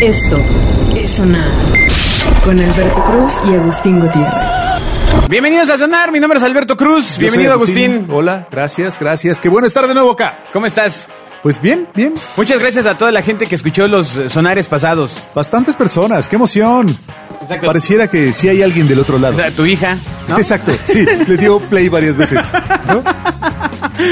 Esto es Sonar con Alberto Cruz y Agustín Gutiérrez. Bienvenidos a Sonar, mi nombre es Alberto Cruz. Yo Bienvenido, soy Agustín. Hola, gracias, gracias. Qué bueno estar de nuevo acá. ¿Cómo estás? Pues bien, bien. Muchas gracias a toda la gente que escuchó los eh, sonares pasados. Bastantes personas, qué emoción. Exacto. Pareciera que sí hay alguien del otro lado. O sea, tu hija, ¿no? Exacto, sí, le dio play varias veces. ¿no?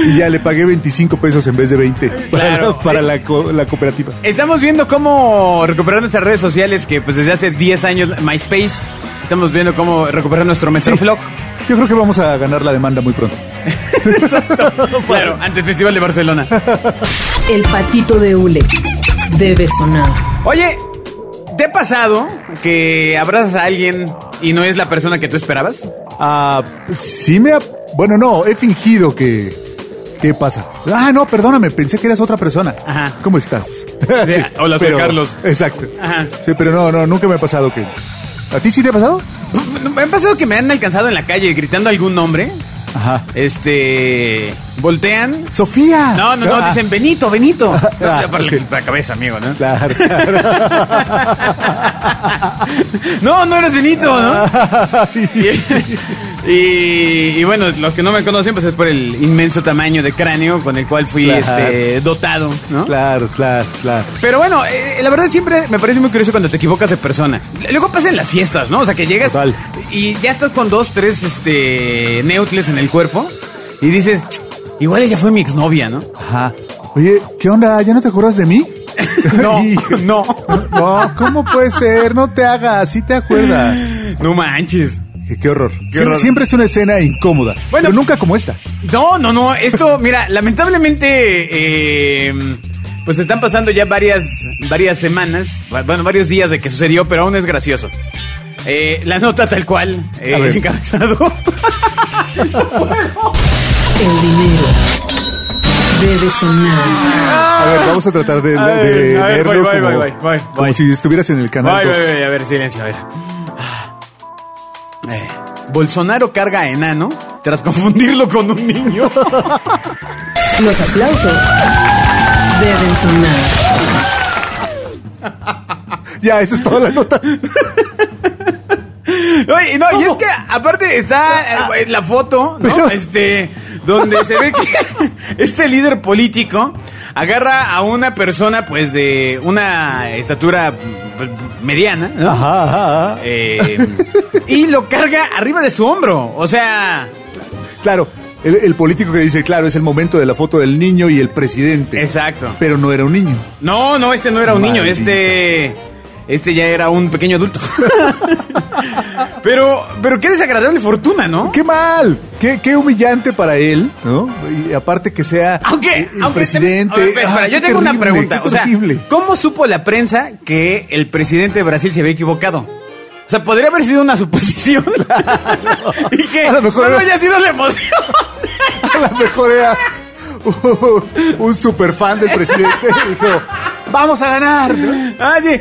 Y ya le pagué 25 pesos en vez de 20 para, Claro. para la, co- la cooperativa. Estamos viendo cómo recuperar nuestras redes sociales, que pues desde hace 10 años, MySpace, estamos viendo cómo recuperar nuestro Metroflog. Yo creo que vamos a ganar la demanda muy pronto. Claro, ante el Festival de Barcelona. El patito de hule debe sonar. Oye, ¿te ha pasado que abrazas a alguien y no es la persona que tú esperabas? Ah, sí me... ha- Bueno, no, he fingido que... ¿Qué pasa? Ah, no, perdóname, pensé que eras otra persona. Ajá. ¿Cómo estás? De- Hola, soy Carlos. Exacto. Ajá. Sí, pero no, no, nunca me ha pasado que... ¿A ti sí te ha pasado? Me ha pasado que me han alcanzado en la calle gritando algún nombre. Ajá. Este. Voltean. ¡Sofía! No, no, no, Ah, dicen Benito, Benito. Ah, Ya para la- ok. para la cabeza, amigo, ¿no? Claro, claro. No, no eres Benito, ¿no? Y, y- y bueno, los que no me conocen, pues es por el inmenso tamaño de cráneo con el cual fui Claro. este, dotado, ¿no? Claro, claro, claro. Pero bueno, eh, la verdad siempre me parece muy curioso cuando te equivocas de persona. Luego pasa en las fiestas, ¿no? O sea, que llegas Total. y ya estás con dos, tres este, neutles en el cuerpo y dices, igual ella fue mi exnovia, ¿no? Ajá. Oye, ¿qué onda? ¿Ya no te acuerdas de mí? No, Hijo. no. No, ¿cómo puede ser? No te hagas, sí te acuerdas. No manches. Qué, qué horror. Siempre- horror. Siempre es una escena incómoda. Bueno. pero nunca como esta. No, no, no. Esto, mira, lamentablemente, eh, pues están pasando ya varias, varias semanas, va- bueno, varios días de que sucedió, pero aún es gracioso. Eh, la nota tal cual, eh, A ver. encabezado. El dinero debe sonar. A ver, vamos a tratar de, de, A ver, de a ver, leerlo voy, voy, como, voy, voy, voy. como si estuvieras en el canal. Ay, dos. ay, ay, a ver, silencio, a ver. Ah. Eh, Bolsonaro carga a enano tras confundirlo con un niño. Los aplausos deben sonar. Ya, eso es toda la nota. Oye, no, y es que aparte está eh, la foto, ¿no? Ah, Pero- Este, donde se ve que este líder político agarra a una persona, pues, de una estatura pues, mediana, ¿no? Ajá, ajá, ajá. Eh, y lo carga arriba de su hombro. O sea, Claro, el, el político que dice, claro, es el momento de la foto del niño y el presidente. Exacto. Pero no era un niño. no, no, este no era un niño, Maldita este. Este ya era un pequeño adulto. pero, pero qué desagradable fortuna, ¿no? ¡Qué mal! ¡Qué, qué humillante para él! ¿no? Y aparte que sea Aunque, el, el aunque presidente. también- a ver, espera, Ah, yo qué tengo una terrible, pregunta. qué O sea, terrible. ¿cómo supo la prensa que el presidente de Brasil se había equivocado? O sea, podría haber sido una suposición. y que A lo mejor solo era- haya sido la emoción. a lo mejor era un- un super fan del presidente. y dijo, ¡vamos a ganar! ¿no? ah, sí, eh,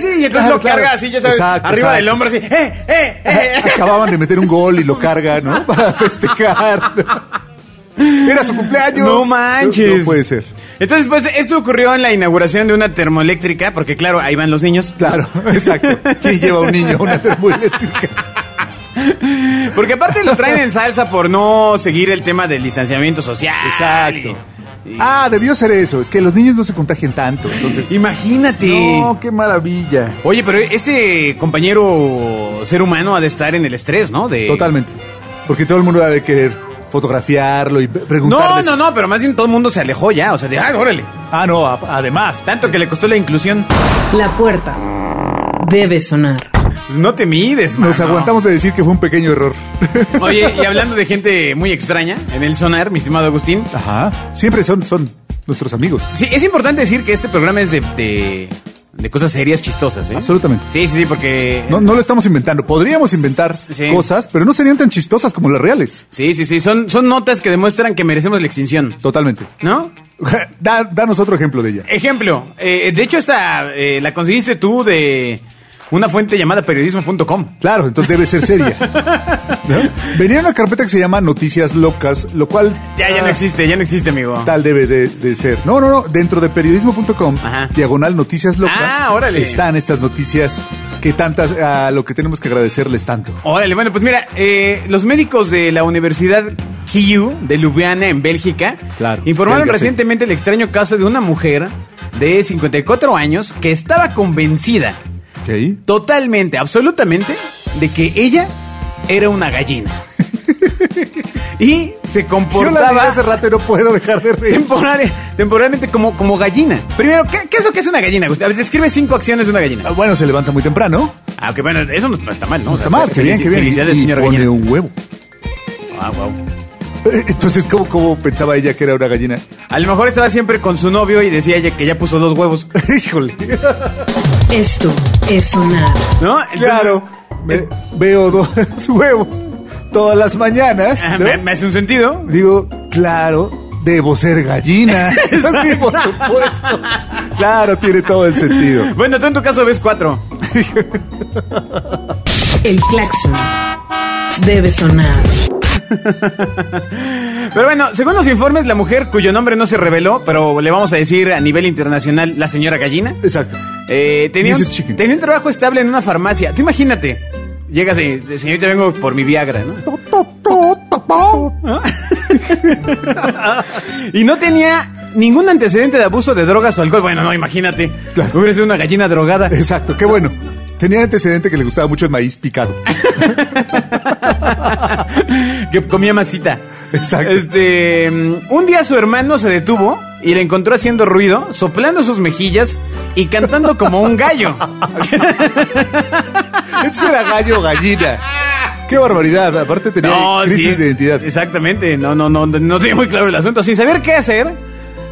sí. Y entonces Claro, lo carga claro. así, ya sabes, Exacto, arriba exacto. del hombro así. Eh, eh, eh. Acababan de meter un gol y lo carga, ¿no? Para festejar. Era su cumpleaños. No manches. No puede ser. Entonces, pues, esto ocurrió en la inauguración de una termoeléctrica, porque claro, ahí van los niños. Claro, exacto. ¿Quién lleva a un niño a una termoeléctrica? Porque aparte lo traen en salsa por no seguir el tema del distanciamiento social. Exacto. Y- y- Ah, debió ser eso. Es que los niños no se contagian tanto. Entonces. Imagínate. No, qué maravilla. Oye, pero este compañero ser humano ha de estar en el estrés, ¿no? De... Totalmente. Porque todo el mundo ha de querer fotografiarlo y pre- No, preguntarles. no, no, pero más bien todo el mundo se alejó ya. O sea, de, ah, órale. Ah, no, a- además. Tanto que le costó la inclusión. La puerta debe sonar. Pues, Ah, No te mides, mano. Nos aguantamos de decir que fue un pequeño error. Oye, y hablando de gente muy extraña en el sonar, mi estimado Agustín. Ajá. Siempre son, son nuestros amigos. Sí, es importante decir que este programa es de, de, de cosas serias, chistosas, ¿eh? Absolutamente. Sí, sí, sí, porque... No, no lo estamos inventando. Podríamos inventar Sí. cosas, pero no serían tan chistosas como las reales. Sí, sí, sí, son, son notas que demuestran que merecemos la extinción, Totalmente. ¿no? Da- danos otro ejemplo de ella. Ejemplo, eh, de hecho esta eh, la conseguiste tú de una fuente llamada periodismo.com. Claro, entonces debe ser seria. ¿no? Venía una carpeta que se llama Noticias Locas, lo cual... Ya, ya no ah, existe, ya no existe, amigo. Tal debe de, de ser. No, no, no. Dentro de periodismo.com, Ajá. diagonal noticias locas, Ah, órale. están estas noticias que tantas, a lo que tenemos que agradecerles tanto. Órale, bueno, pues mira, eh, los médicos de la Universidad KU de Ljubljana, en Bélgica, Claro, informaron belgas, sí. recientemente el extraño caso de una mujer de 54 años que estaba convencida ¿Ok? totalmente, absolutamente, de que ella era una gallina. y se Yo la vi comportaba hace rato y no puedo dejar de reír. temporare- temporalmente como, como gallina. Primero, ¿qué, qué es lo que es una gallina? Gustavo? A ver, Describe cinco acciones de una gallina. Ah, Bueno, se levanta muy temprano. Aunque Ah, bueno, eso no, no está mal, ¿no? No O sea, está mal, qué Pues bien, felici- qué bien. Felicidades, Y- y señor pone gallina. un huevo. Ah, guau. Eh, Entonces, ¿cómo, ¿cómo pensaba ella que era una gallina? A lo mejor estaba siempre con su novio y decía ella que ya puso dos huevos, Híjole. Esto es sonar. ¿no? Entonces, Claro. me- veo dos huevos todas las mañanas. ah, ¿no? me, me hace un sentido. Digo, claro, debo ser gallina. sí, por supuesto. Claro, tiene todo el sentido. Bueno, tú en tu caso ves cuatro. El claxon debe sonar. Pero bueno, según los informes, la mujer cuyo nombre no se reveló, pero le vamos a decir a nivel internacional la señora gallina, Exacto. eh, tenía, un, Mrs. Chicken. tenía un trabajo estable en una farmacia. Tú imagínate, llegas y dices, señorita, vengo por mi Viagra, ¿no? ¿No? y no tenía ningún antecedente de abuso de drogas o alcohol. Bueno, no, imagínate. Claro. Hubiera sido una gallina drogada. Exacto, qué bueno. Tenía antecedente que le gustaba mucho el maíz picado. que comía masita. Exacto. Este, mm, un día su hermano se detuvo y la encontró haciendo ruido, soplando sus mejillas y cantando como un gallo. Entonces era gallo o gallina. Qué barbaridad. Aparte tenía crisis sí, de identidad. Exactamente. No, no, no, no tenía muy claro el asunto. Sin saber qué hacer,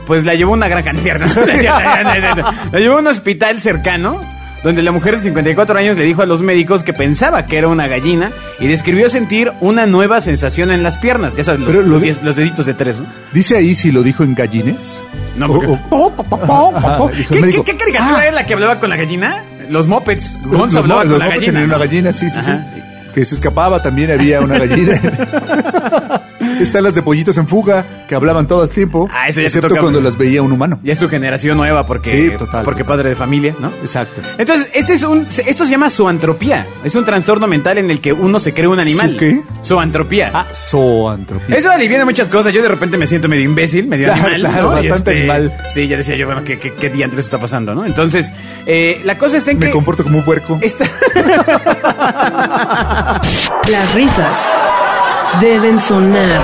pues la llevó a una granja. ¿no es cierto? No, no, no, no, no. La llevó a un hospital cercano. Donde la mujer de 54 años le dijo a los médicos que pensaba que era una gallina y describió sentir una nueva sensación en las piernas. Ya sabes, los, Pero lo los di- diez- los deditos de tres, ¿no? Dice ahí si lo dijo en gallines. No, O- porque... o- Po, po, po, po, Ajá, po. dijo ¿Qué, el qué- médico. qué caricatura Ah. era la que hablaba con la gallina? Los mopeds. los Gonzo hablaba mo- con los la mopeds gallina. tenían una gallina, sí, sí, sí. Que se escapaba también, había una gallina. Están las de pollitos en fuga, que hablaban todo el tiempo. Ah, eso ya te excepto toca, cuando güey. las veía un humano. Ya es tu generación nueva porque, Sí, total, porque total. padre de familia, ¿no? Exacto. Entonces, este es un, esto se llama zoantropía. Es un trastorno mental en el que uno se cree un animal. ¿Su qué? Zoantropía. Ah, zoantropía. Eso aliviana muchas cosas. Yo de repente me siento medio imbécil, medio Claro, animal. claro, Y este, bastante animal. Sí, ya decía yo, bueno, ¿qué, qué, qué diantres está pasando, no? Entonces, eh, la cosa está en Me que... comporto como un puerco. esta- Las risas deben sonar.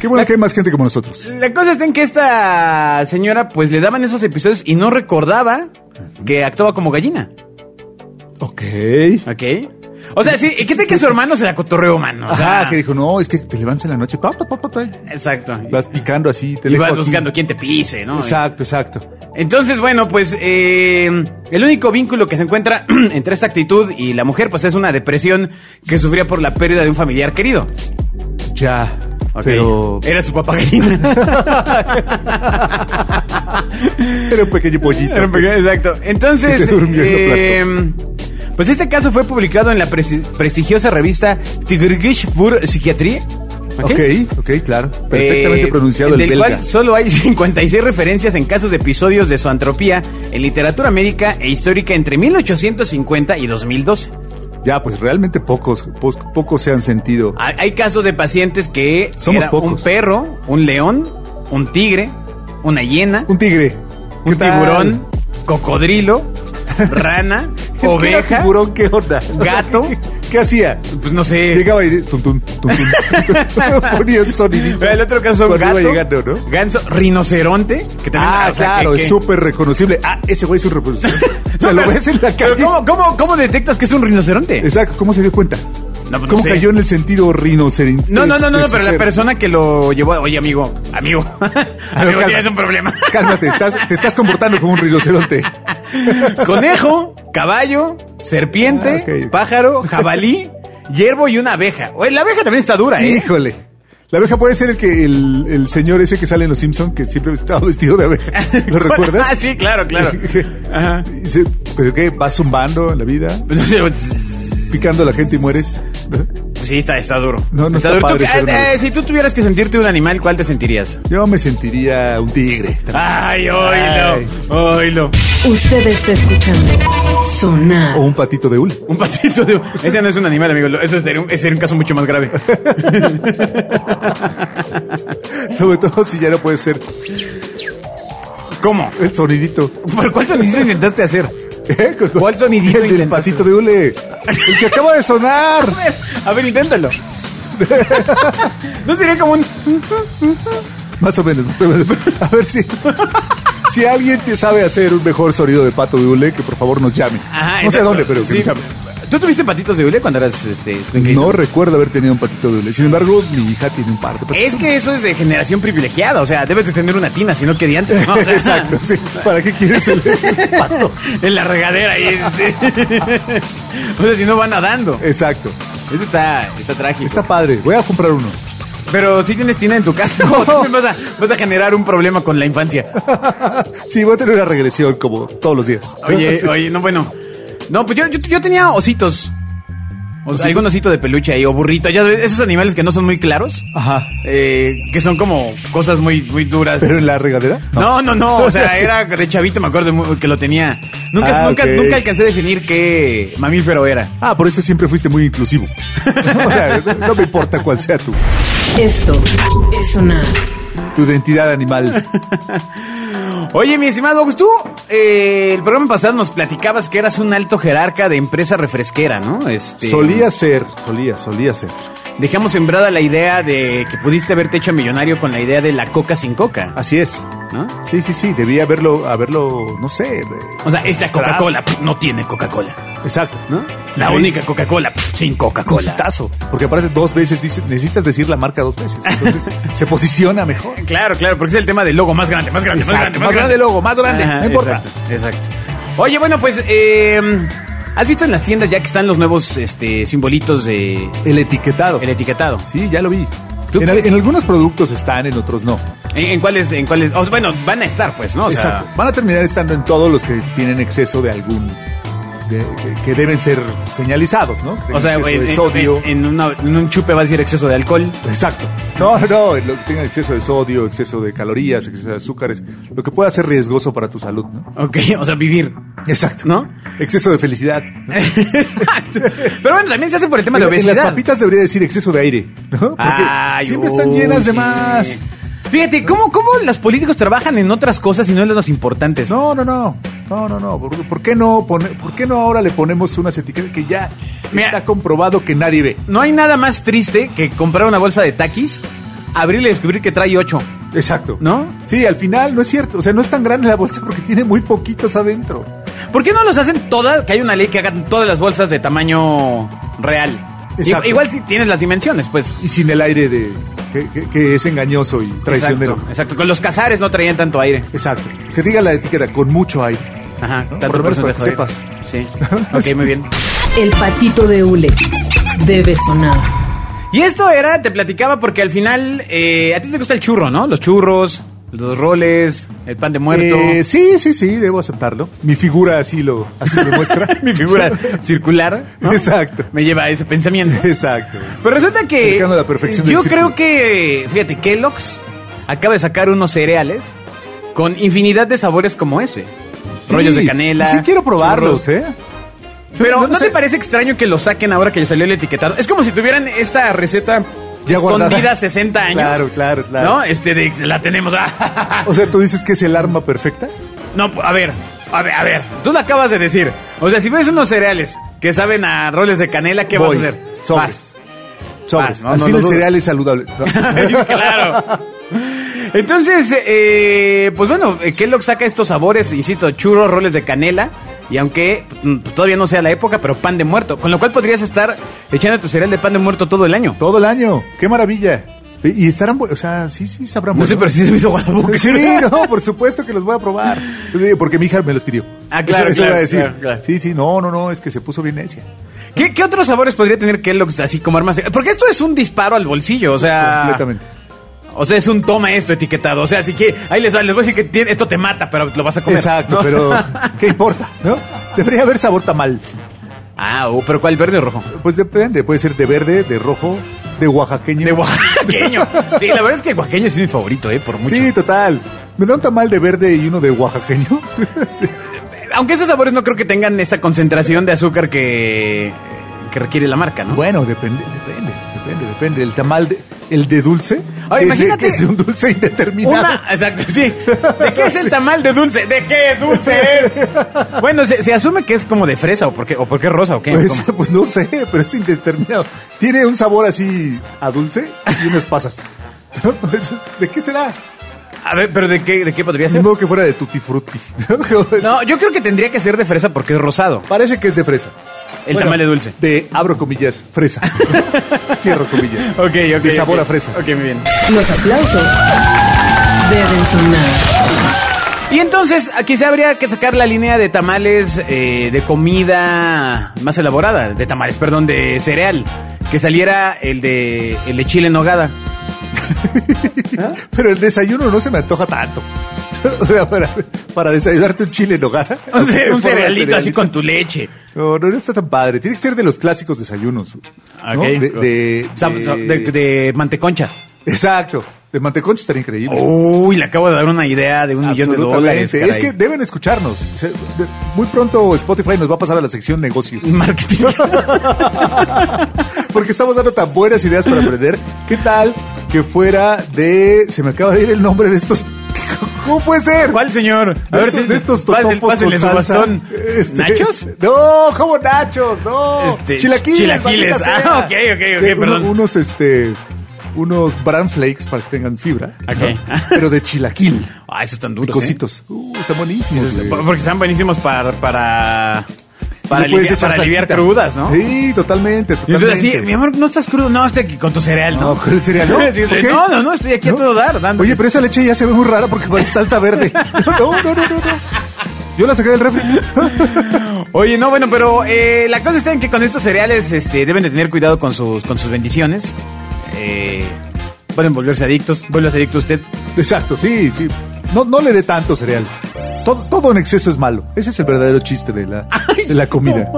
Qué bueno que hay más gente como nosotros. La cosa está en que esta señora, pues le daban esos episodios y no recordaba que actuaba como gallina. Ok. ¿Ok? O sea, sí, ¿y qué tal que su hermano se la cotorreó, mano? O sea, Ajá, Ah, que dijo, no, es que te levantas en la noche, pa, pa, pa, pa, pa. Exacto. Vas picando así, te Y dejo vas aquí. buscando quién te pise, ¿no? Exacto, exacto. Entonces, bueno, pues eh, el único vínculo que se encuentra entre esta actitud y la mujer, pues es una depresión que sufría por la pérdida de un familiar querido. Ya. Ok. Pero Era su papá gallina. era un pequeño pollito. Era un pequeño- exacto. Entonces, Que se durmió y lo pues este caso fue publicado en la presi- prestigiosa revista Tigrigish Pur Psiquiatría. ¿ok? Ok, ok, claro. Perfectamente Eh, pronunciado el del belga. cual solo hay 56 referencias en casos de episodios de zoantropía en literatura médica e histórica entre 1850 y 2012. Ya, pues realmente pocos, pos- pocos se han sentido. Hay hay casos de pacientes que Somos era pocos. un perro, un león, un tigre, una hiena, Un tigre. un ¿Qué tal? tiburón, cocodrilo, rana, ¿Qué era oveja, tiburón? ¿Qué onda? gato. ¿Qué, qué hacía? pues no sé. Llegaba y... Tum, tum, tum, tum. Ponía un sonidito. Pero el otro caso Cuando iba gato, llegando, ¿no? ganso, rinoceronte, que también Ah, o sea, claro, que- es que- súper reconocible. Ah, ese güey es un reproducible. o sea, No, lo pero- ves en la pero calle. ¿cómo, cómo, cómo detectas que es un rinoceronte? Exacto, ¿cómo se dio cuenta? No, pues no ¿Cómo sé. cayó en el sentido rinoceronte? No, no, no, no, de no, su pero la ser? persona que lo llevó, oye, amigo, amigo, A ver, amigo, calma. tienes un problema. Cálmate, estás, te estás comportando como un rinoceronte. Conejo, caballo, serpiente, Ah, ok, ok. pájaro, jabalí, hierbo y una abeja. Oye, la abeja también está dura, ¿eh? Híjole. La abeja puede ser el que el, el señor ese que sale en Los Simpson que siempre estaba vestido de abeja. ¿Lo recuerdas? Ah, sí, claro, claro. Ajá. Y dice, ¿Pero qué? ¿Vas zumbando en la vida? ¿Picando a la gente y mueres? ¿Eh? Pues sí, está, está duro. No, no está duro. Tú- padre ser eh, un eh, animal. si tú tuvieras que sentirte un animal, ¿cuál te sentirías? Yo me sentiría un tigre. Ay, Ay. oílo, oílo. Usted está escuchando Sonar. O un patito de hule. Un patito de... Ese no es un animal, amigo. Eso sería un, ese sería un caso mucho más grave. Sobre todo si ya no puede ser ¿Cómo? el sonidito. ¿Por ¿Cuál sonidito intentaste hacer? ¿Eh? ¿Cuál sonidito El del intentaste? patito de hule. El que acaba de sonar. A ver, a ver, inténtalo. No sería como un... Más o menos. A ver si. Si alguien te sabe hacer un mejor sonido de pato de hule, que por favor nos llame. Ajá, no sé a exacto. dónde, pero que Sí. nos llame. ¿Tú tuviste patitos de hule cuando eras este, escuinclito? No recuerdo haber tenido un patito de hule. Sin embargo, mi hija tiene un par de patitos. Es que eso es de generación privilegiada. O sea, debes de tener una tina, si no quería antes. ¿no? O sea, Exacto, sí. ¿Para qué quieres el el pato? En la regadera ahí. este. o sea, si no van nadando. Exacto. Eso está, está trágico. Está padre. Voy a comprar uno. Pero si tienes tina en tu casa, ¿no? También vas, a, vas a generar un problema con la infancia. Sí, voy a tener una regresión como todos los días. Oye, oye, no, bueno. No, pues yo, yo, yo tenía ositos. O sea, algún osito de peluche ahí, o burrito. Ya sabes, esos animales que no son muy claros. Ajá. eh, que son como cosas muy, muy duras. ¿Pero en la regadera? No, no, no, o sea, era de chavito, me acuerdo mu- que lo tenía. Nunca, Ah, nunca, ok. nunca alcancé a definir qué mamífero era. Ah, por eso siempre fuiste muy inclusivo. o sea, no, no me importa cuál sea tu, Esto es Sonar. tu identidad animal. Oye, mi estimado Agus, tú eh, el programa pasado nos platicabas que eras un alto jerarca de empresa refresquera, ¿no? Este, Solía ser, solía, solía ser. Dejamos sembrada la idea de que pudiste haberte hecho millonario con la idea de la coca sin coca, Así es. ¿no? Sí, sí, sí, debía haberlo, haberlo, no sé. de- O sea, esta Coca-Cola pf, no tiene Coca-Cola. Exacto, ¿no? La Sí. única Coca-Cola pf, sin Coca-Cola. Tazo, porque aparte dos veces dice, necesitas decir la marca dos veces. Entonces se posiciona mejor. Claro, claro, porque es el tema del logo más grande, más grande, Exacto, más grande, más grande logo, más grande, no importa. Exacto, exacto. Oye, bueno, pues, eh, ¿has visto en las tiendas ya que están los nuevos este, simbolitos de El etiquetado. el etiquetado? Sí, ya lo vi. ¿Tú En, crees? en algunos productos están, en otros no. ¿En, en cuáles, en cuáles? o sea, bueno, van a estar, pues, ¿no? O sea, Exacto. Van a terminar estando en todos los que tienen exceso de algún. de- que, que deben ser señalizados, ¿no? Que o sea, tengan exceso en, de en- sodio. en- en una- en un chupe va a decir exceso de alcohol. Exacto. No, no, lo que tenga exceso de sodio, exceso de calorías, exceso de azúcares, lo que pueda ser riesgoso para tu salud, ¿no? Ok, o sea, vivir. Exacto. ¿No? Exceso de felicidad. Exacto. Pero bueno, también se hace por el tema de En- en obesidad. las papitas debería decir exceso de aire, ¿no? Porque Ay, siempre están uy, llenas de sí. más. Fíjate, ¿cómo, ¿cómo los políticos trabajan en otras cosas y no en las más importantes? No, no, no. No, no, no. ¿Por, por qué no pone- ¿Por qué no ahora le ponemos unas etiquetas que ya Mira. está comprobado que nadie ve? No hay nada más triste que comprar una bolsa de taquis, abrirla y descubrir que trae ocho. Exacto. ¿No? Sí, al final no es cierto. O sea, no es tan grande la bolsa porque tiene muy poquitos adentro. ¿Por qué no los hacen todas? Que hay una ley que hagan todas las bolsas de tamaño real. Exacto. I- Igual si tienes las dimensiones, pues. Y sin el aire de que, que- que es engañoso y traicionero. Exacto, exacto. Con los cazares no traían tanto aire. Exacto. Que diga la etiqueta con mucho aire. Ajá, ¿No? tanto Por lo menos para porcentaje que de aire. Sí. Ok, muy bien. El patito de hule debe sonar. Y esto era, te platicaba, porque al final eh, a ti te gusta el churro, ¿no? Los churros, los roles, el pan de muerto. Eh, sí, sí, sí, debo aceptarlo. Mi figura así lo así lo muestra. Mi figura circular. ¿no? Exacto. Me lleva a ese pensamiento. Exacto. Pero resulta que Cercano a la perfección yo del creo círculo. que, fíjate, Kellogg's acaba de sacar unos cereales con infinidad de sabores como ese. Sí, Rollos de canela. Sí, quiero probarlos, churros. ¿eh? Pero ¿no, sé. te parece extraño que lo saquen ahora que ya salió el etiquetado? Es como si tuvieran esta receta Ya escondida guardada. 60 años. Claro, claro, claro. ¿No? Este de, la tenemos. ah, O sea, tú dices que es el arma perfecta. no, a ver, a ver, a ver. Tú lo acabas de decir. O sea, si ves unos cereales que saben a roles de canela, ¿qué Voy. vas a hacer? Sobres. Sobres. Vas, no, Al no fin lo el dudes. cereal es saludable. Vas. claro. Entonces, eh, pues bueno, eh, Kellogg saca estos sabores, insisto, churros, roles de canela. Y aunque mm, pues todavía no sea la época, pero pan de muerto. Con lo cual podrías estar echando tu cereal de pan de muerto todo el año. Todo el año. Qué maravilla. Y y estarán, bu- o sea, sí, sí, sabrán. No sé, pero Ah, bueno. sí se me hizo agua la boca. Sí, no, por supuesto que los voy a probar. Sí, Porque mi hija me los pidió. Ah, claro, Eso- eso claro, iba a decir. claro, claro. Sí, sí, no, no, no, es que se puso bien necia. ¿Qué, qué otros sabores podría tener Kellogg's así como armas? de- Porque esto es un disparo al bolsillo, o sea. Completamente. O sea, es un toma esto etiquetado. O sea, así que ahí les, va- les voy a decir que tiene- esto te mata, pero lo vas a comer. Exacto, ¿no? pero ¿qué importa? ¿No? Debería haber sabor tamal. Ah, oh, pero ¿cuál? ¿Verde o rojo? Pues depende, puede ser de verde, de rojo, de oaxaqueño. De oaxaqueño. Sí, la verdad es que el oaxaqueño es mi favorito, ¿eh? Por mucho. Sí, total. Me da un tamal de verde y uno de oaxaqueño. Sí. Aunque esos sabores no creo que tengan esa concentración de azúcar que, que requiere la marca, ¿no? Bueno, depende, depende, depende, depende. El tamal, de- el de dulce, Ahora, es de- imagínate que es de un dulce indeterminado. Una, exacto, sí. ¿De qué es el tamal de dulce? ¿De qué dulce es? Bueno, se, se asume que es como de fresa o porque, o porque es rosa o qué. Pues, ¿Cómo? pues no sé, pero es indeterminado. Tiene un sabor así a dulce y unas pasas. ¿De qué será? A ver, pero ¿de qué, de qué podría Ni ser? modo que fuera de tutti frutti. No, yo creo que tendría que ser de fresa porque es rosado. Parece que es de fresa. El tamal de dulce. De, abro comillas, fresa. Cierro comillas. Ok, ok. De sabor ok. a fresa. Ok, muy bien. Los aplausos deben sonar. Y entonces, aquí se habría que sacar la línea de tamales eh, de comida más elaborada. De tamales, perdón, de cereal. Que saliera el de, el de chile en nogada. Pero el desayuno no se me antoja tanto. O sea, para, para desayunarte un chile en hogar. Un, ce- un cerealito así con tu leche. No, no, no está tan padre. Tiene que ser de los clásicos desayunos. ¿no? Ok. De, de- Sab- de- sab- de- de manteconcha. Exacto. De manteconcha estaría increíble. Uy, le acabo de dar una idea de Oh, un millón de dólares. Absolutamente. Es caray. que deben escucharnos. O sea, de- Muy pronto Spotify nos va a pasar a la sección negocios. Marketing. Porque estamos dando tan buenas ideas para aprender. ¿Qué tal que fuera de... Se me acaba de ir el nombre de estos... ¿Cómo puede ser? ¿Cuál, señor? De, estos, de estos pásen- totopos pásenle con su salsa. bastón. Este- ¿Nachos? No, ¿cómo nachos? No. Este, chilaquiles. chilaquiles. maldita Ah, sea. ok, ok, ok, uno- perdón. unos, este... Unos bran flakes para que tengan fibra. Ok. ¿no? Pero de chilaquil. Ah, esos están duros. ¿eh? Picositos. Uh, están buenísimos. Esos- güey. por- Porque están buenísimos para. para... Pues, Para, Le puedes aliviar, echar para aliviar salsita. crudas, ¿no? Sí, totalmente, totalmente. Y entonces así, mi amor, no estás crudo, no, estoy aquí con tu cereal, ¿no? No, con el cereal, ¿no? Decirle, ¿Por qué? no, no, no, estoy aquí a ¿No? todo dar, dando. Oye, pero esa leche ya se ve muy rara porque parece salsa verde. No, no, no, no, no. Yo la saqué del refri. Oye, no, bueno, pero eh, la cosa está en que con estos cereales este, deben de tener cuidado con sus, con sus bendiciones. Eh, pueden volverse adictos. Vuelve adicto usted. Exacto, sí, sí. No, no le dé tanto cereal. Todo, todo en exceso es malo. Ese es el verdadero chiste de la, de la comida.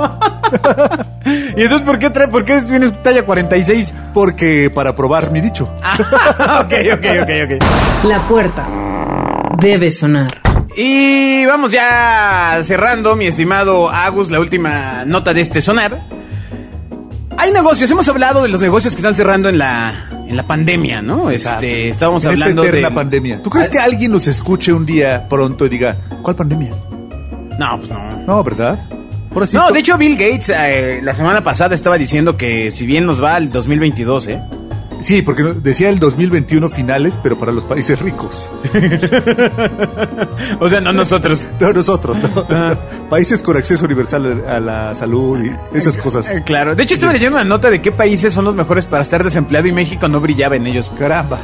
¿Y entonces por qué trae, por qué vienes talla 46? Porque para probar mi dicho. Ah, ok, ok, ok, ok. La puerta debe sonar. Y vamos ya cerrando, mi estimado Agus, la última nota de este sonar. Hay negocios, hemos hablado de los negocios que están cerrando en la, en la pandemia, ¿no? Este, estábamos En hablando esta eterna de... pandemia. ¿Tú crees que alguien nos escuche un día pronto y diga, ¿cuál pandemia? No, pues no. No, ¿verdad? Ahora sí No, esto- de hecho Bill Gates eh, la semana pasada estaba diciendo que si bien nos va al 2022, ¿eh? Sí, porque decía el 2021 finales, pero para los países ricos. O sea, no nosotros. No, nosotros, ¿no? Países con acceso universal a la salud y esas cosas. Eh, Claro. De hecho, estaba leyendo una nota de qué países son los mejores para estar desempleado y México no brillaba en ellos. Caramba.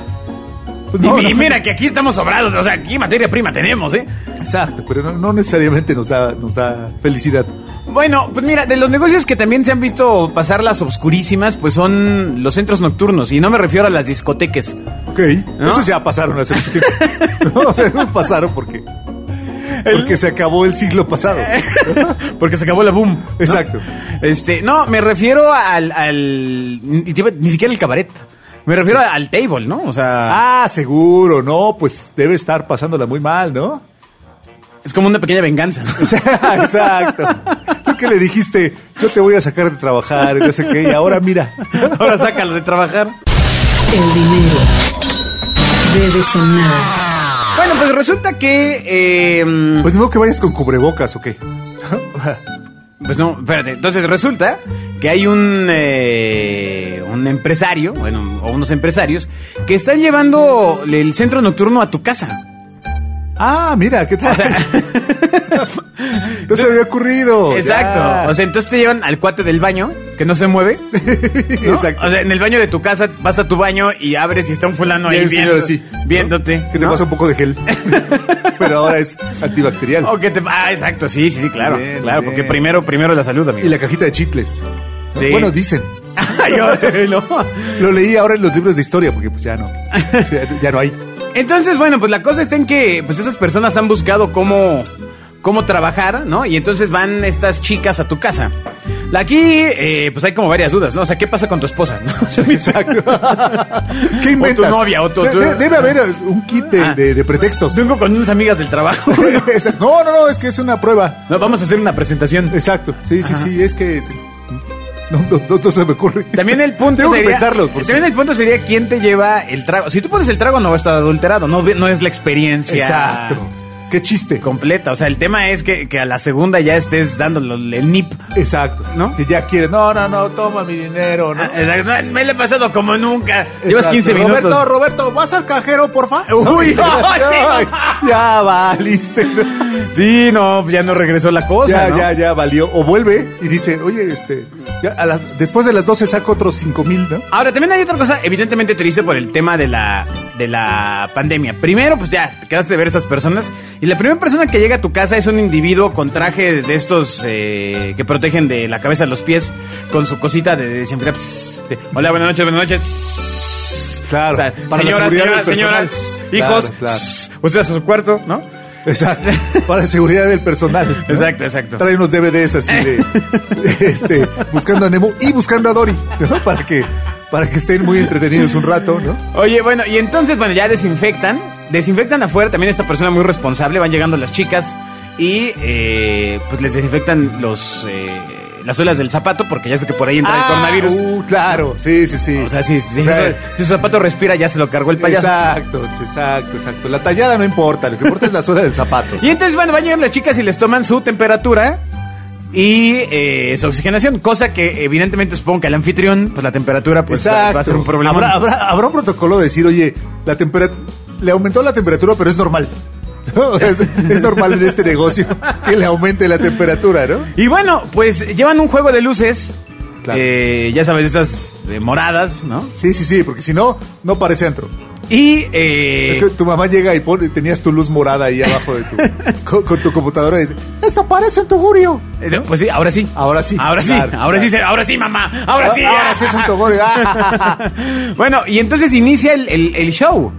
Pues Y, no, y no, mira que aquí estamos sobrados, o sea, aquí materia prima tenemos, ¿eh? Exacto, pero no, no necesariamente nos da, nos da felicidad. Bueno, pues mira, de los negocios que también se han visto pasar las obscurísimas, pues son los centros nocturnos, y no me refiero a las discotecas. Ok. Esos ya pasaron hace mucho tiempo. no, o sea, esos pasaron porque, porque se acabó el siglo pasado. Eh. Porque se acabó la boom. ¿no? Exacto. Este, no, me refiero al, al ni, ni siquiera el cabaret. Me refiero al table, ¿no? O sea, Ah, seguro, no, pues debe estar pasándola muy mal, ¿no? es como una pequeña venganza. O sea, Exacto. Tú que le dijiste, yo te voy a sacar de trabajar, y no sé qué, y ahora mira. Ahora sácalo de trabajar. El dinero debe sonar. Bueno, pues resulta que eh, Pues no que vayas con cubrebocas, ¿o qué? Pues no, espérate. Entonces resulta que hay un, eh, un empresario, bueno, o unos empresarios, que están llevando el centro nocturno a tu casa. Ah, mira, ¿qué tal? O sea, no se había Oh, ocurrido. exacto. ya. O sea, entonces te llevan al cuate del baño, que no se mueve. ¿no? Exacto. O sea, en el baño de tu casa, vas a tu baño y abres y está un fulano Y ahí el señor viendo- así, ¿no? viéndote. Que te ¿no? pasa un poco de gel. Pero ahora es antibacterial. O que te- ah, exacto, sí, sí, sí, claro. Bien, claro, bien. porque primero, primero la salud, amigo. Y la cajita de chicles. ¿no? Sí. Bueno, dicen. Yo- no. Lo leí ahora en los libros de historia, porque pues ya no. Ya, ya no hay. Entonces, bueno, pues la cosa está en que pues esas personas han buscado cómo, cómo trabajar, ¿no? Y entonces van estas chicas a tu casa. Aquí, eh, pues hay como varias dudas, ¿no? O sea, ¿qué pasa con tu esposa? ¿No? O sea, Exacto. ¿Qué inventas? O tu novia, o tu... De- tu- de- debe haber un kit de, Ah. de- de pretextos. Tengo con unas amigas del trabajo. Exacto. No, no, no, es que es una prueba. No, vamos a hacer una presentación. Exacto. Sí, sí, sí, es que... No, no, no, no se me ocurre. También el punto Tengo que sería. pensarlo, por también sí. el punto sería quién te lleva el trago. Si tú pones el trago, no va a estar adulterado. No, ve- no es la experiencia. Exacto. Qué chiste. Completa. O sea, el tema es que, que a la segunda ya estés dándole el nip. Ah, Exacto. ¿No? Que ya quiere. No, eh, no, no, toma mi dinero. ¿no? Ah, exacto, Me lo he pasado como nunca. Llevas Exacto. 15 minutos. Roberto, Roberto, ¿vas al cajero, porfa? Uy, ya, ya valiste. Sí, no, ya no regresó la cosa. ya, ¿no? ya, ya valió. O vuelve y dice, oye, este, ya a las, después de las 12 saco otros 5 mil, ¿no? Ahora, también hay otra cosa evidentemente triste por el tema de la, de la pandemia. Primero, pues ya, te quedaste de ver a estas personas. Y la primera persona que llega a tu casa es un individuo con traje de estos eh, que protegen de la cabeza a los pies, con su cosita de desinfectar. Pss, de, Hola, buenas noches, buenas noches. Claro. O sea, para la señora, seguridad señora, del señora, personal. hijos, Claro, claro. pss, usted a su cuarto, ¿no? Exacto. Para la seguridad del personal. ¿no? Exacto, exacto. Trae unos DVDs así de, este, buscando a Nemo y buscando a Dory, ¿no? Para que, para que estén muy entretenidos un rato, ¿no? Oye, bueno, y entonces, bueno, ya desinfectan. Desinfectan afuera también esta persona muy responsable. Van llegando las chicas y eh, pues les desinfectan los eh, las suelas del zapato porque ya sé que por ahí entra el coronavirus. Ah. Uh, claro, sí, sí, sí. o sea, si, si- O sea, si su zapato respira, ya se lo cargó el payaso. exacto, exacto, exacto. La tallada no importa, lo que importa es la suela del zapato. Y entonces, bueno, van llegando las chicas y les toman su temperatura y eh, su oxigenación, cosa que evidentemente supongo que al anfitrión, pues la temperatura pues va- va a ser un problema. Habrá, habrá- habrá un protocolo de decir, oye, la temperatura le aumentó la temperatura, pero es normal. O sea, es, es normal en este negocio que le aumente la temperatura, ¿no? Y bueno, pues llevan un juego de luces. Claro. eh, ya sabes, estas eh, moradas, ¿no? Sí, sí, sí, porque si no, no parece antro. Y eh, Es que tu mamá llega y pone, tenías tu luz morada ahí abajo de tu, con, con tu computadora y dice, esto parece un tugurio. eh, no, pues sí, ahora sí. Ahora sí, Ahora sí. claro, ahora claro. sí, se- ahora sí, mamá. Ahora sí. Ahora Ah, sí es un tugurio. bueno, y entonces inicia el, el- el show.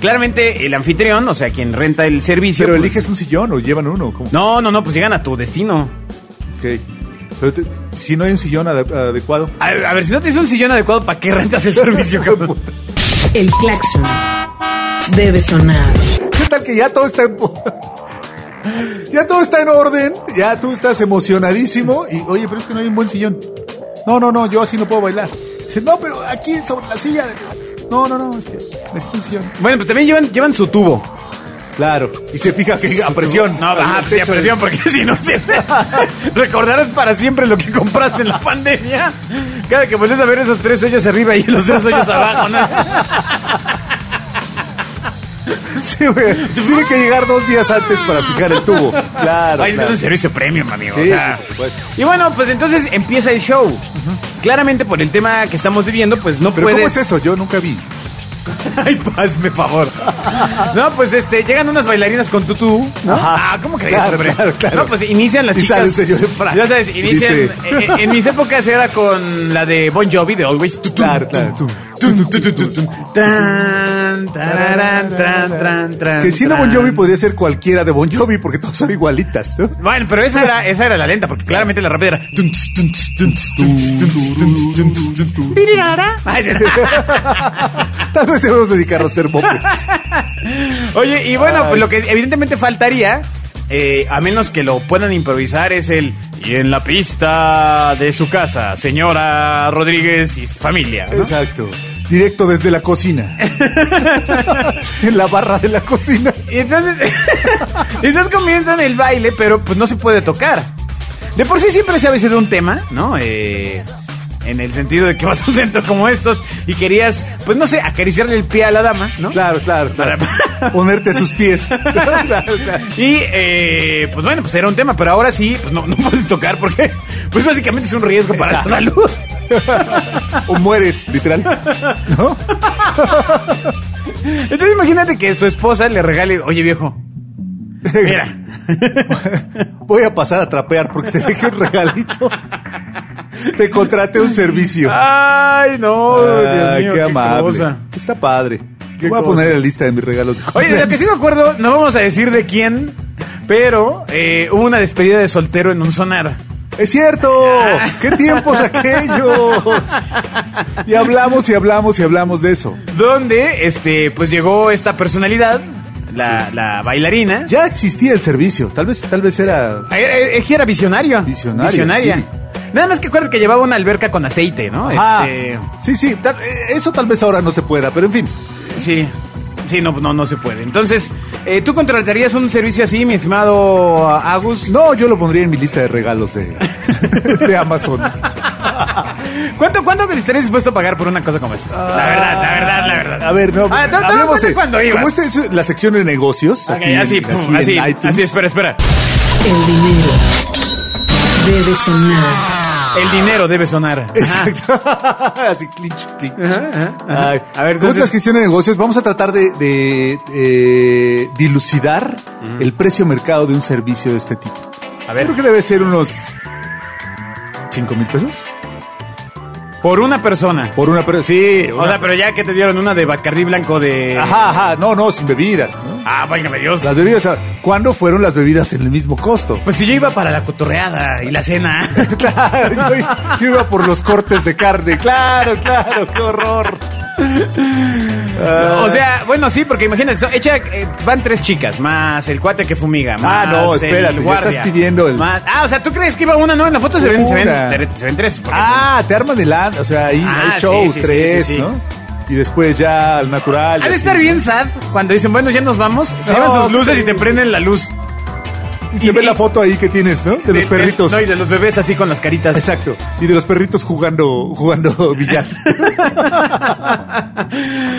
Claramente el anfitrión, o sea, quien renta el servicio. Pero pues- eliges un sillón o llevan uno. ¿cómo? No, no, no, pues llegan a tu destino. Ok. Pero te- si no hay un sillón ade- adecuado. A, a ver, si no tienes un sillón adecuado, ¿para qué rentas el servicio? cabrón? El claxon debe sonar. ¿Qué tal que ya todo está en... po- ya todo está en orden, ya tú estás emocionadísimo y, oye, pero es que no hay un buen sillón. No, no, no, yo así no puedo bailar. Dice, no, pero aquí sobre la silla. No, no, no, es que necesito un sillón. bueno, pues también llevan, llevan su tubo. Claro. Y se fija que a presión. Ah, No, pues, ajá, sí, a presión, porque si no, se- recordarás para siempre lo que compraste en la pandemia. Cada que volvés a ver esos tres hoyos arriba y los tres hoyos abajo, ¿no? Sí, güey. Tiene que llegar dos días antes para fijar el tubo. Claro. Ay, claro. es un servicio premium, amigo. Sí, o sea. sí, por supuesto. Y bueno, pues entonces empieza el show. Claramente por el tema que estamos viviendo, pues no Pero puedes... ¿cómo es eso? Yo nunca vi. Ay, hazme favor. No, pues este, llegan unas bailarinas con tutú, ¿no? Ajá. Ah, ¿cómo crees, Claro, hombre? claro, claro. No, pues inician las Y chicas. sale un señor en frac. Ya sabes, Y inician. dice- eh, eh, en mis épocas era con la de Bon Jovi, de Always. Tutú, Claro, claro. tutú, tutú, tutú, tutú, tran, tararán, tran, tran, tran, Que siendo tran. Bon Jovi podría ser cualquiera de Bon Jovi porque todas son igualitas, ¿no? Bueno, pero esa era, esa era la lenta, porque claramente la rápida era. tun, tss, tun, tss, tun, tss, tun, tss, tun, tss, tun, tss, tun, tss, tun, tss. Tirirara. Ay, Tal vez debemos dedicarnos a ser mopeds. Oye, y bueno, Ay. pues lo que evidentemente faltaría, eh, a menos que lo puedan improvisar, es el. Y en la pista de su casa, señora Rodríguez y su familia. ¿no? Exacto. Directo desde la cocina. en la barra de la cocina. Y entonces, y entonces comienzan el baile, pero pues no se puede tocar. De por sí siempre se ha sido un tema, ¿no? Eh, en el sentido de que vas a un centro como estos y querías, pues no sé, acariciarle el pie a la dama, ¿no? Claro, claro, claro. Ponerte a sus pies. Claro, claro. Y eh, pues bueno, pues era un tema, pero ahora sí, pues no, no puedes tocar porque pues básicamente es un riesgo para la salud. o mueres, literal. ¿No? Entonces imagínate que su esposa le regale, oye viejo, mira, Voy a pasar a trapear porque te dejé un regalito. Te contraté un servicio. ay no, Ah, oh, Dios Ay, mío, qué amable. cosa. Está padre. Qué Voy a cosa. poner en la lista de mis regalos. Oye, de lo que sí me acuerdo, no vamos a decir de quién, pero eh, hubo una despedida de soltero en un sonar. ¡Es cierto! ¡Qué tiempos aquellos! Y hablamos y hablamos y hablamos de eso. Donde, este, pues llegó esta personalidad, la, Así es. la bailarina. Ya existía el servicio, tal vez, tal vez era. Era- Es que eh, era visionario. Visionario, Visionaria. sí. Nada más que acuerdo que llevaba una alberca con aceite, ¿no? Ah, Este, Sí, sí, tal- eh, eso tal vez ahora no se pueda, pero en fin. sí. Sí, no, no, no se puede. Entonces, eh, ¿tú contratarías un servicio así, mi estimado Agus? No, yo lo pondría en mi lista de regalos de, de Amazon. ¿Cuánto, ¿Cuánto estarías dispuesto a pagar por una cosa como esta? La verdad, la verdad, la verdad. A ver, no, Ah, no, no, hablemos no, de- cuando ibas. Como esta es la sección de negocios. Ok, aquí en- así, aquí pum, en así, iTunes. así, espera, espera. El dinero debe sonar. El dinero debe sonar. Ajá. Ah. Exacto. Así, clinch, clinch. Ay, A ver, ¿Cómo es la entonces- gestión de negocios? Vamos a tratar de, de, eh, dilucidar el precio mercado de un servicio de este tipo. Mm. A ver, Creo que debe ser unos 5 mil pesos por una persona. por una persona. Sí, O sea, pero ya que te dieron una de Bacardí Blanco de... Ajá, ajá. No, no, sin bebidas. ¿no? Ah, válgame Dios. Las bebidas, ah, ¿cuándo fueron las bebidas en el mismo costo? Pues si yo iba para la cotorreada y la cena. Claro, yo, yo iba por los cortes de carne. Claro, claro, qué horror. o sea, bueno, sí, porque imagínate, son- echa, eh, van tres chicas, más el cuate que fumiga, Ah, más no, el espérate, ya guardia, estás pidiendo el- más- ah, o sea, ¿tú crees que iba una? No, en la foto se ven, se ven, Una. tre- se ven tres. porque- Ah, te arman el land, o sea, ahí Ah, hay show, sí, sí, sí, tres, sí, sí. ¿no? Y después ya al natural. Ha de así. estar bien sad cuando dicen, bueno, ya nos vamos, se No, llevan sus luces sí. y te prenden la luz. Y se ve la foto ahí que tienes, ¿no? De los de- perritos. no, y de los bebés así con las caritas. Exacto. Y de los perritos jugando, jugando billar.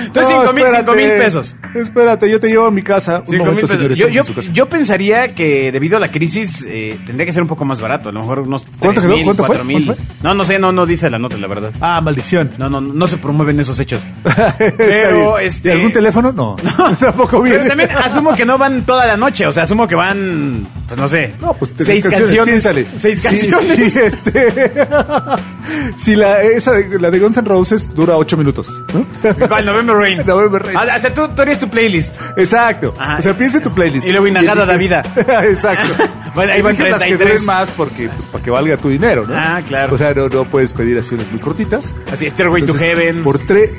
Entonces, No, cinco mil, cinco mil espérate. pesos. Espérate, yo te llevo a mi casa. Un Cinco mil momento, pesos. señores, Yo, estamos yo- en su casa. yo pensaría que debido a la crisis eh, tendría que ser un poco más barato, a lo mejor unos tres ¿Cuánto quedó? mil, ¿Cuánto fue? cuatro mil. ¿Cuánto fue? No, no sé, no, no dice la nota, la verdad. Ah, maldición. No, no, no se promueven esos hechos. Está Pero, bien. este- ¿De algún teléfono? No. Tampoco viene. Pero también asumo que no van toda la noche, o sea, asumo que van, pues no sé, No, pues te- seis canciones. piénsale. Seis Sí, canciones. Sí, este. si la, esa, de- la de Guns N' Roses dura ocho minutos, ¿no? ¿Cuál? November Rain. November Rain. Ah, O sea, tú, tú harías tu playlist. Exacto. Ajá. O sea, piensa en tu playlist. Y luego Inagada Y eliges- da Exacto. Bueno, ahí van Eliges las que 33. duren más porque, pues, para que valga tu dinero, ¿no? Ah, claro. O sea, no, no puedes pedir así unas muy cortitas. Así, Stairway to Entonces, Heaven. Por tre-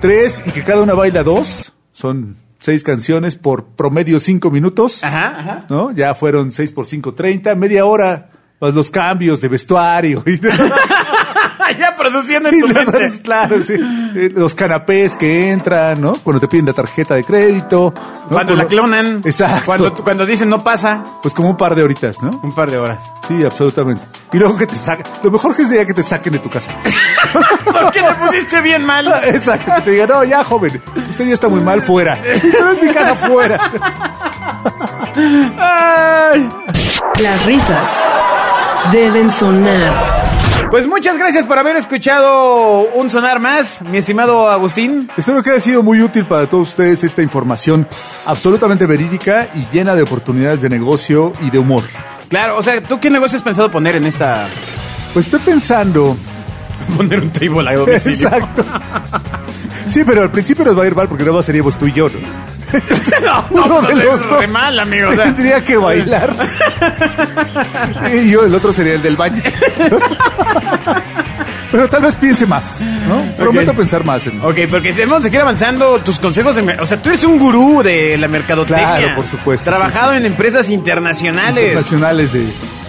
tres y que cada una baila dos, son seis canciones por promedio cinco minutos. Ajá, ajá. ¿no? Ya fueron 6 por 5, 30, media hora, más los cambios de vestuario. Y, ya produciendo en y tu las- mente. claro, sí. Eh, Los canapés que entran, ¿no? Cuando te piden la tarjeta de crédito. ¿no? Cuando la clonan. Exacto. Cuando, cuando dicen no pasa, Pues como un par de horitas, ¿no? un par de horas. Sí, absolutamente. Y luego que te sacan. Lo mejor que sería que te saquen de tu casa. ¿Por qué te pusiste bien mal? Exacto. Que te digan, no, ya, joven. Usted ya está muy mal fuera. No es mi casa fuera. Ay. Las risas deben sonar. Pues muchas gracias por haber escuchado un sonar más, mi estimado Agustín. Espero que haya sido muy útil para todos ustedes esta información absolutamente verídica y llena de oportunidades de negocio y de humor. Claro, o sea, ¿tú qué negocio has pensado poner en esta... Pues estoy pensando. Poner un table a domicilio? Exacto. Sí, pero al principio nos va a ir mal porque no seríamos tú y yo. ¿no? no, Uno no, de no, los es dos re mal, amigo. o sea. Tendría que bailar. y yo, el otro sería el del baño. pero tal vez piense más, ¿no? Prometo Ok. pensar más en. Ok, porque tenemos que ir avanzando tus consejos. de mer- o sea, tú eres un gurú de la mercadotecnia. Claro, por supuesto, Trabajado sí, sí. en empresas internacionales. Nacionales de,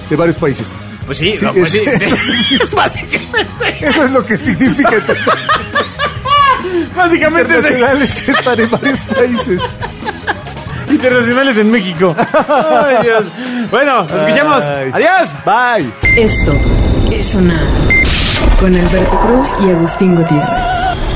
de varios países. Pues sí, no, pues sí. es- básicamente, Eso es lo que significa básicamente es- internacionales que están en varios países. internacionales en México. Ay, Dios. Bueno, nos escuchamos. Ay. Adiós. Bye. Esto es sonar. Con Alberto Cruz y Agustín Gutiérrez.